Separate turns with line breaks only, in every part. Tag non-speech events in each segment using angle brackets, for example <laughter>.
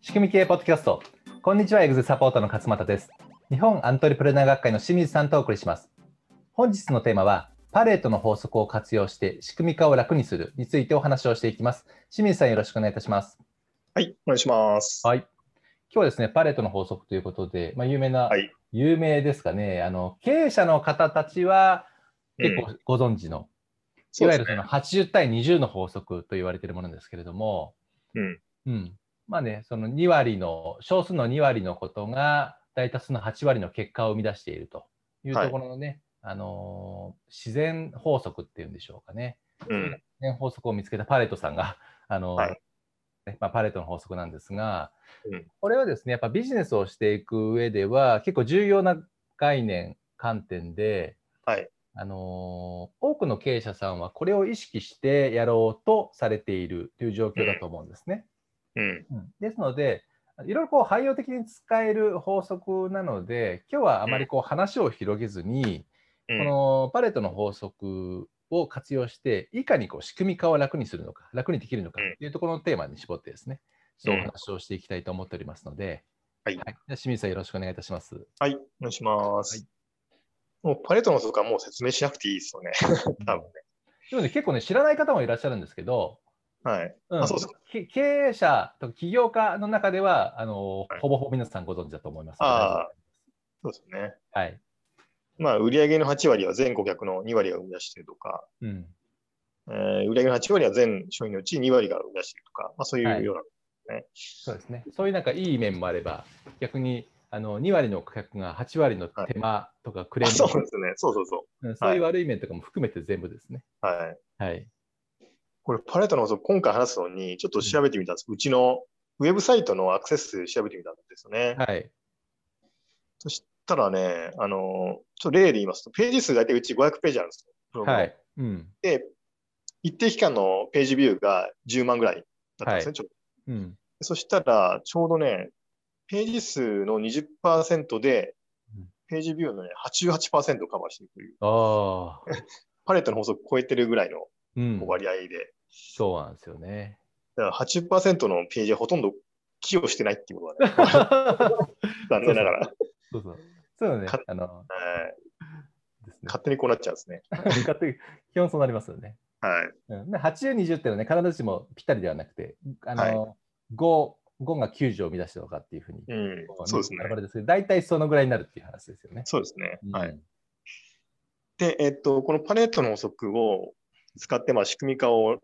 仕組み系ポッドキャスト。こんにちは、エグゼサポートの勝俣です。日本アントレプレナー学会の清水さんとお送りします。本日のテーマは、パレートの法則を活用して仕組み化を楽にするについてお話をしていきます。清水さん、よろしくお願いいたします。
はい、お願いします。
はい。今日はですね、パレートの法則ということで、まあ、有名な、
はい
有名ですかね、あの経営者の方たちは結
うん
構ご存知の、
そ
いうわ
で
ゆ
す
るそ
ね。
の80対20の法則と言われているものですけれども、
うん
うんまあね、その2割の、少数の2割のことが大多数の8割の結果を生み出しているという
はい
ところのね、あのー自然法則っていうんでしょうかね、
うん。
自然法則を見つけたパレットさんが、 <laughs> あのー
はい
ねまあ、パレットの法則なんですが、
うん
これはですね、やっぱビジネスをしていく上では、結構重要な概念、観点で、
はい
あのー多くの経営者さんはこれを意識してやろうとされているという状況だと思うんですね。
うん。
うんですので、いろいろこう汎用的に使える法則なので、今日はあまりこう話を広げずに、
うん
このパレットの法則を活用して、いかにこう仕組み化を楽にするのか、楽にできるのか
うん
というところのテーマに絞ってですね、ちょっと
うん
お話をしていきたいと思っておりますので、
はい
じゃあ清水さん、よろしくお願いいたします。
はい、お願いします。もうパレットの法則はもう説明しなくていいですよね。多分ね。
でもね、結構ね、知らない方もいらっしゃるんですけど、
はい。
うん
あそうですか
け経営者とか起業家の中では、あの
はい
ほぼほぼ皆さんご存知だと思います。
あそうですね。
はい。
まあ、売上の8割は全顧客の2割が生み出しているとか、
うん。
えー、売上の8割は全商品のうち2割が生み出しているとか、まあ、そういうような。
そうですね。そういうなんかいい面もあれば、逆にあの2割の顧客が8割の手間とかクレ
あ
ームと
<laughs> そ
か、
うですね。そうそうそ
うんそういう悪い面とかも含めて全部ですね。
う。はい。
はい。
これ、パレットの法則、今回話すのに、ちょっと調べてみたんです。うちのウェブサイトのアクセス数調べてみたんですよね。
はい。
そしたらね、あのーちょっと例で言いますと、ページ数大体うち500ページあるんですよブログの。
はい。うん。
で、一定期間のページビューが10万ぐらいだったんですね、
は
ちょうど
うん。
そしたら、ちょうどね、ページ数の20%で
うん、
ページビューのね、88%をカバーしていくという、
ああ。
パレットの法則を超えてるぐらいの
うん。
割合で、
そうなんですよ
<laughs>
ね。
だから80%のページはほとんど寄与してないってい
<laughs>
うことがね、残念ながら、はい
そうそう。そうだね
か。
あの、ですね。
勝手にこうなっちゃうんですね。
勝手に基本そうなりますよね。
はい。
うん、で80、20っていうのはね、必ずしもぴったりではなくて、あの、5、5が90を生み出してるのかっていうふうに、
うん、そうですね
バラ。バラですけど、大体そのぐらいになるっていう話ですよね。
そうですね。はい。
うん。
で、えっと、このパレットの法則を使って、まあ、仕組み化を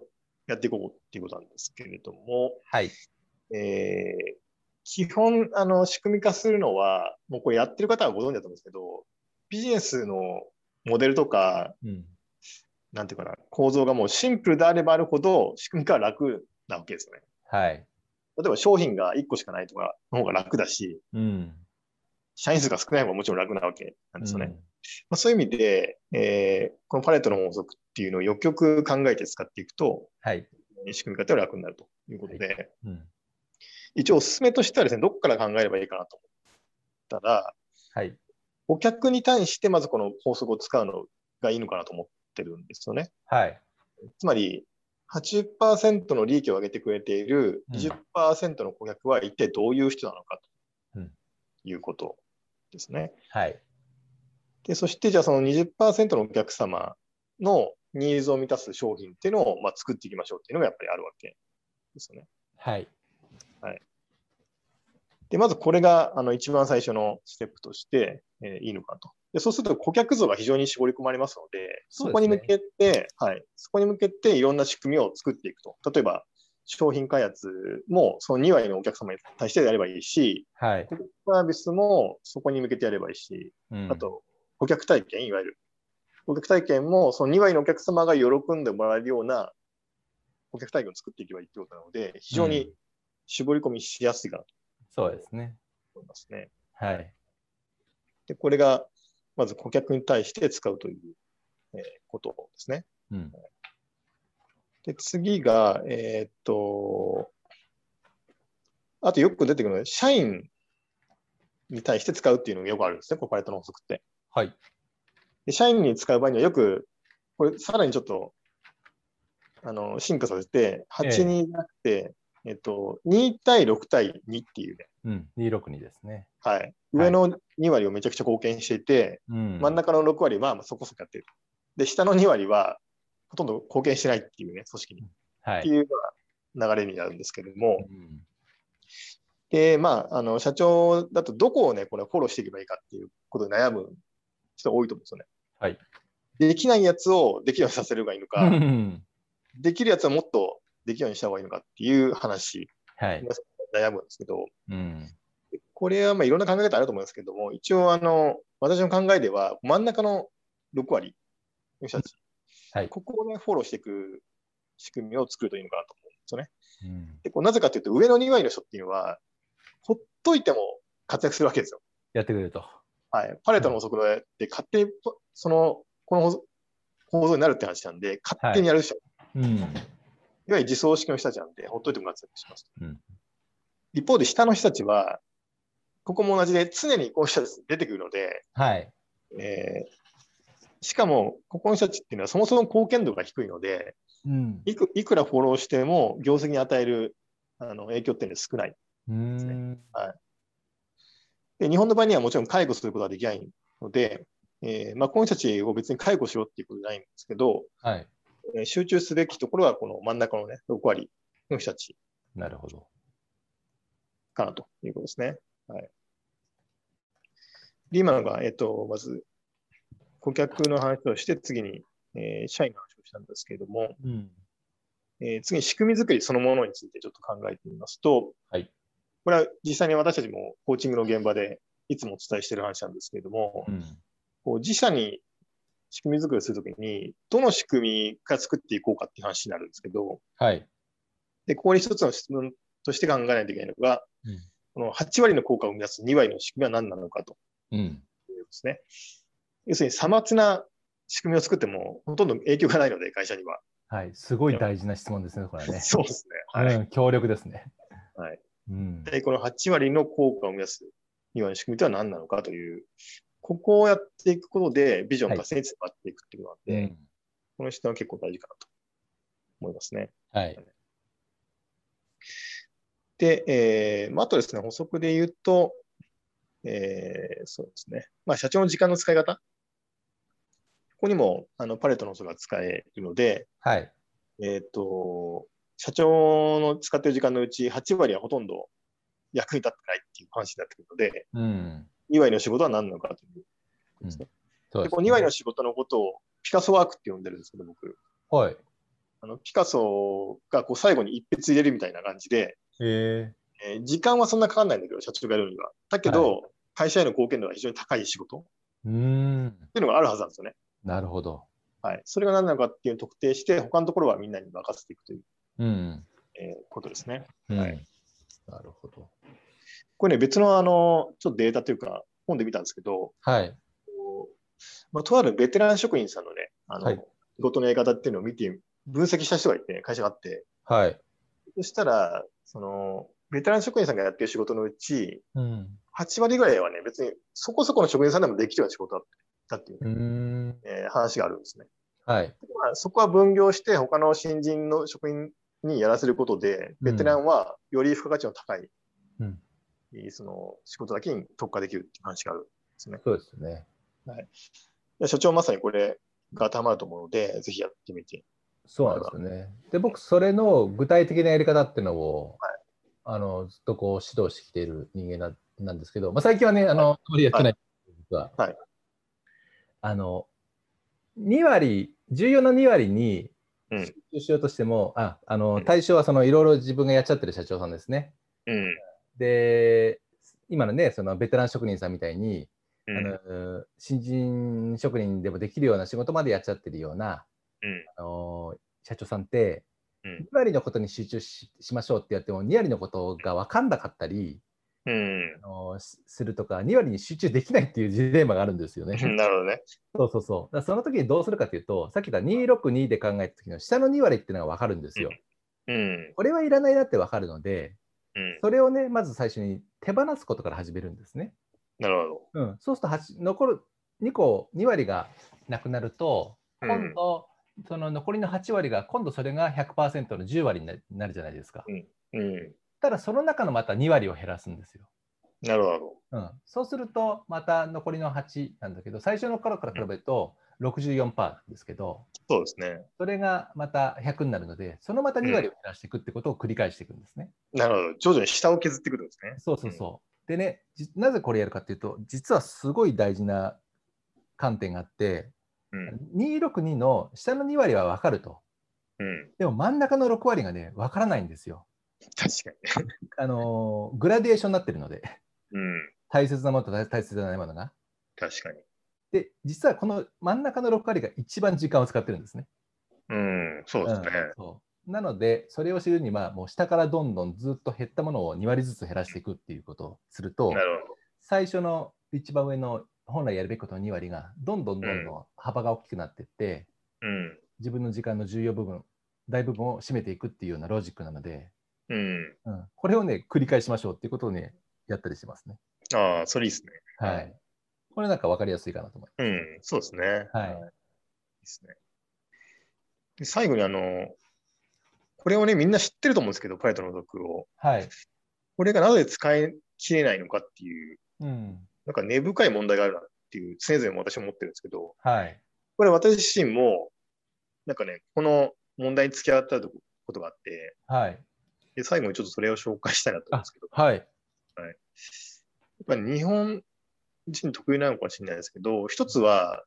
やっていこうっていうことなんですけれども、
はい。
えー基本、あの、仕組み化するのは、もうこれやってる方はご存知だと思うんですけど、ビジネスのモデルとか、
うん。
なんていうかな、構造がもうシンプルであればあるほど、仕組み化は楽なわけですよね。
はい。
例えば商品が1個しかないとかの方が楽だし、
うん。
社員数が少ない方がもちろん楽なわけなんですよね。
うん
まあ、そういう意味で、えーこのパレットの法則っていうのをよくよく考えて使っていくと、
はい。
仕組み方は楽になるということで、
うん。
一応おすすめとしてはですね、どこから考えればいいかなと思ったら、
はい。
お客に対してまずこの法則を使うのがいいのかなと思ってるんですよね。
はい。
つまり、80%の利益を上げてくれている
うん
20%の顧客は一体どういう人なのか
う
と
ん
いうことですね。
はい。
で、そしてじゃあその20%のお客様のニーズを満たす商品っていうのをまあ作っていきましょうっていうのがやっぱりあるわけですよね。
はい。
で、まずこれがあの一番最初のステップとして、えーいいのかと。で、そうすると顧客像が非常に絞り込まれますので、そ
そうですね
こに向けて、はい、そこに向けていろんな仕組みを作っていくと。例えば、商品開発もその2割のお客様に対してやればいいし、
はい。
サービスもそこに向けてやればいいし、
うん
あ、と、顧客体験、いわゆる。顧客体験も、その2割のお客様が喜んでもらえるような顧客体験を作っていけばいいってことなので、非常
う
に絞り込みしやすいかなと
そうですね。
思いますね。
はい。
で、これが、まず顧客に対して使うという、えーことですね。
うん。
で、次が、えーっと、あとよく出てくるので、社員に対して使うっていうのがよくあるんですね、コーポレートの法則って。
はい。
で、社員に使う場合にはよく、これさらにちょっと、あの、進化させて、
ええ
8人じゃなくて、えっと、2対6対2っていうね、
うん、262ですね。
はい、上の2割をめちゃくちゃ貢献していて、
うん、
真ん中の6割はまあそこそこやってる。で、下の2割はほとんど貢献してないっていうね、組織に。
は
って
い。
いうような流れになるんですけども、
うん
で、まあ、あの社長だとどこをね、これフォローしていけばいいかっていうことで悩む人多いと思うんですよね。
はい
できないやつをできるようにさせるのがいいの
う
か、
ん <laughs>
できるやつはもっとできるようにした方がいいのかっていう話、
はい。
悩むんですけど、
うん。
これはまあいろんな考え方あると思うんですけども、一応あの、私の考えでは、真ん中の6割の人たち、
はい
ここを、ね、フォローしていく仕組みを作るといいのかなと思うんですよ
う
ね。
ん
でこうなぜかというと、上の2割の人っていうのは、ほっといても活躍するわけですよ。
やってくれると。
はい、パレットの法則で勝手にぽそのこの法則構造になるって話なんで、勝手にやる人、い、
うん。
わゆる自走式の人たちなんで、ほっといても活躍します。
うん
一方で、下の人たちは、ここも同じで、常にこの人たち出てくるので、
はい。
えーしかも、ここの人たちっていうのは、そもそも貢献度が低いので、
うん。
いくいくらフォローしても、業績に与えるあの影響っていうのは少ない。
うん。
で日本の場合にはもちろん介護することはできないので、えーまあ、この人たちを別に介護しようっていうことじゃないんですけど、
はい。
えー集中すべきところはこの真ん中のね、6割の人たち
なるほど。
かなということですね。はい、で、今のが、えっ、と、まず、顧客の話をして、次に、えー社員の話をしたんですけれども、
うん。
えー次に仕組み作りそのものについてちょっと考えてみますと、
はい
これは実際に私たちもコーチングの現場でいつもお伝えしている話なんですけれども、
うん。
こう自社に仕組み作りをするときに、どの仕組みから作っていこうかっていう話になるんですけど、
はい。
で、ここに一つの質問として考えないといけないのが、
うん
この8割の効果を生み出す2割の仕組みは何なのかと
うん。
いうことですね。要するに、さまつな仕組みを作っても、ほとんど影響がないので、会社には。
はい。すごい大事な質問ですね、これはね。
そうですね。はい。
うん。強力ですね。
はい。
うん。
で、この8割の効果を生み出す2割の仕組みとは何なのかという、ここをやっていくことで、ビジョン達成につながっていくっていうことなんで、
うん
この人は結構大事かなと思いますね。
はい。
で、えーまあ、あとですね、補足で言うと、えーそうですね、まあ、社長の時間の使い方、ここにもあのパレットの素が使えるので、
はい。
えっと、社長の使っている時間のうち8割はほとんど役に立ってないっていう話になってくるので、
うん。
2割の仕事は何なのかということですね。
そう
で
です
この2割の仕事のことをピカソワークって呼んでるんですけど、僕。
はい。
あのピカソがこう最後に一筆入れるみたいな感じで、
え
えー時間はそんなかかんないんだけど、社長がやるには。だけど、会社への貢献度が非常に高い仕事っ
ー。うん。
ていうのがあるはずなんですよね。
なるほど。
はい。それが何なのかっていうのを特定して、他のところはみんなに任せていくという、
うん。
えーことですね。
うん
はい。
なるほど。
これね、別のあの、ちょっとデータというか、本で見たんですけど、
はい。
こうまあ、とあるベテラン職員さんのね、あの、
はい
仕事のやり方っていうのを見て、分析した人がいて、会社があって、
はい。
そしたら、その、ベテラン職員さんがやってる仕事のうち、
うん。
8割ぐらいはね、別にそこそこの職員さんでもできるような仕事だったっていう、
うーん。
えー話があるんですね。
はい。
まあ、そこは分業して、他の新人の職員にやらせることで、ベテランはより付加価値の高い、
うん
えーその仕事だけに特化できるっていう話があるんですね。
そうですね。
で所長まさにこれがたまると思うので、ぜひやってみて。
そうなんですよね。で、僕、それの具体的なやり方っていうのを、あの、ずっとこう、指導してきている人間ななんですけど、まあ、最近はね、あの、あまりやってない、実は。
はい
あの、2割、重要な2割に
うん
集中しようとしても、あ、あ
う
の、
ん
対象はその、いろいろ自分がやっちゃってる社長さんですね。
うん。
で、今のね、そのベテラン職人さんみたいに、
うん
あの新人職人でもできるような仕事までやっちゃってるような、
うん
あの社長さんって、
うん
2割のことに集中ししましょうってやっても2割のことが分かんなかったり、
うん
あのすするとか2割に集中できないっていうジレンマがあるんですよね。
うん。なるほどね。
そうそうそう。だからその時にどうするかというとさっき言った262で考えた時の下の2割っていうのが分かるんですよ。
うん。
これはいらないなって分かるので
うん。
それをねまず最初に手放すことから始めるんですね。
なるほど。
うん、そうするとはち残る2個2割がなくなると
うん
今度その残りの8割が今度それが100%の10割にななるじゃないですか。
うん。
ただその中のまた2割を減らすんですよ。
なるほど。
うん、そうするとまた残りの8なんだけど最初の頃から比べると64%ですけど
そうですね。
それがまた100になるのでそのまた2割を減らしていくってことを繰り返していくんですね。
なるほど。徐々に下を削っていくんですね。
そうそうそう。でねじなぜこれやるかっていうと実はすごい大事な観点があって
うん。
262の下の2割は分かると
うん。
でも真ん中の6割がね分からないんですよ。
確かにね。
あのーグラデーションになってるので
うん。
大切なものと大大切じゃないものが。
確かに。
で実はこの真ん中の6割が一番時間を使ってるんですね。
うん。そうですね。
うんそうなので、それを知るには、もう下からどんどんずっと減ったものを2割ずつ減らしていくっていうことをすると、
なるほど。
最初の一番上の本来やるべきことの2割が、どんどんどんどん幅が大きくなっていって、
うん。
自分の時間の重要部分、大部分を占めていくっていうようなロジックなので、
うん。
うん、これをね、繰り返しましょうっていうことをね、やったりしますね。
ああ、それいいですね。
は。
はい
これなんか分かりやすいかなと思い
うん。そうですね。
ます。はいい
い。ですね。で最後にあの、これをね、みんな知ってると思うんですけど、パレットの属を。
はい。
これがなぜ使い切れないのかっていう、
うん。
なんか根深い問題があるなっていう、常々私は思ってるんですけど、
はい。
これ私自身も、なんかね、この問題に付き合ったことがあって、
はい。
で最後にちょっとそれを紹介したいなと思うんですけど、
はい。
やっぱり日本人特有なのかもしれないですけど、一つは、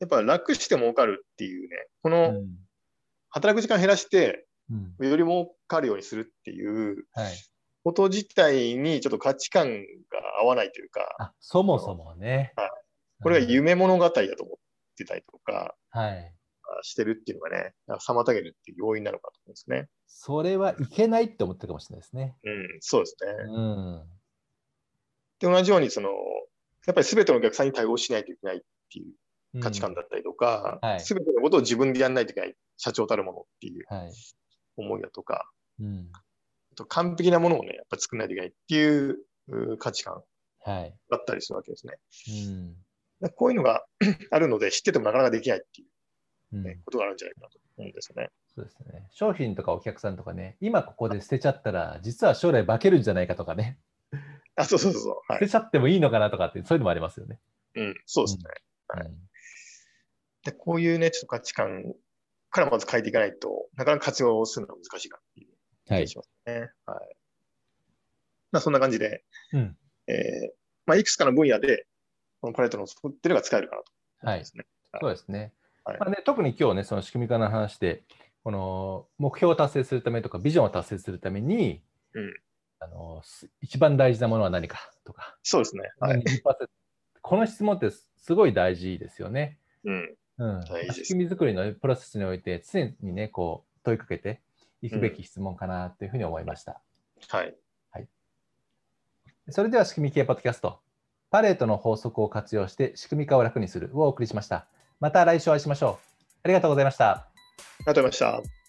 やっぱ楽して儲かるっていうね、こ
う
の
ん。
働く時間減らして、
うん。
より儲かるようにするっていう
はい。
こと自体にちょっと価値観が合わないというか、
あそもそもね
はい。
うん
これが夢物語だと思ってたりとか
はい。
してるっていうのがね、妨げるっていう要因なのかと思うんですね。
それはいけないって思ってるかもしれないですね。
うん、そうです
う
ね。
ん。
で、同じように、その、やっぱり全てのお客さんに対応しないといけないっていううん価値観。だったりとか、
はい
全てのことを自分でやらないといけない社長たるものっていう
はい。
思いだとか、
うん。
あと完璧なものをね、やっぱ作らないといけないっていううー価値観
はい。
だったりするわけですね。
うん。
でこういうのが <clears throat> あるので、知っててもなかなかできないっていううんね、ことがあるんじゃないかなと思うんですよね。
そうですね。商品とかお客さんとかね、今ここで捨てちゃったら、実は将来化けるんじゃないかとかね、
あ、そうそうそうそう。
捨
はい。
てちゃってもいいのかなとかって、そういうのもありますよね。
うん、そうですね。はい
うん
で、こういうね、ちょっと価値観からまず変えていかないとなかなか活用するのは難しいかなっていう
は
気が
い
し。ますね。はい。まあ、そんな感じで、
うん。
えーまあ、いくつかの分野で、このパレットの作っていうのが使えるかなと思
は
うん
い
で。すね。
そうですね。
はい
まあね特に今日ね、その仕組み化の話で、この目標を達成するためとか、ビジョンを達成するために、
うん
あのす一番大事なものは何かとか、
そうですね。はい。
20%この質問ってすすごい大事ですよね。
うん。
うん
大事です
仕組み作りのプロセスにおいて、常にね、こう問いかけていくべき質問かなというふうに思いました。
はい。
それでは、仕組み系ポッドキャスト、パレートの法則を活用して仕組み化を楽にするをお送りしました。また来週お会いしましょう。ありがとうございました。
ありがとうございました。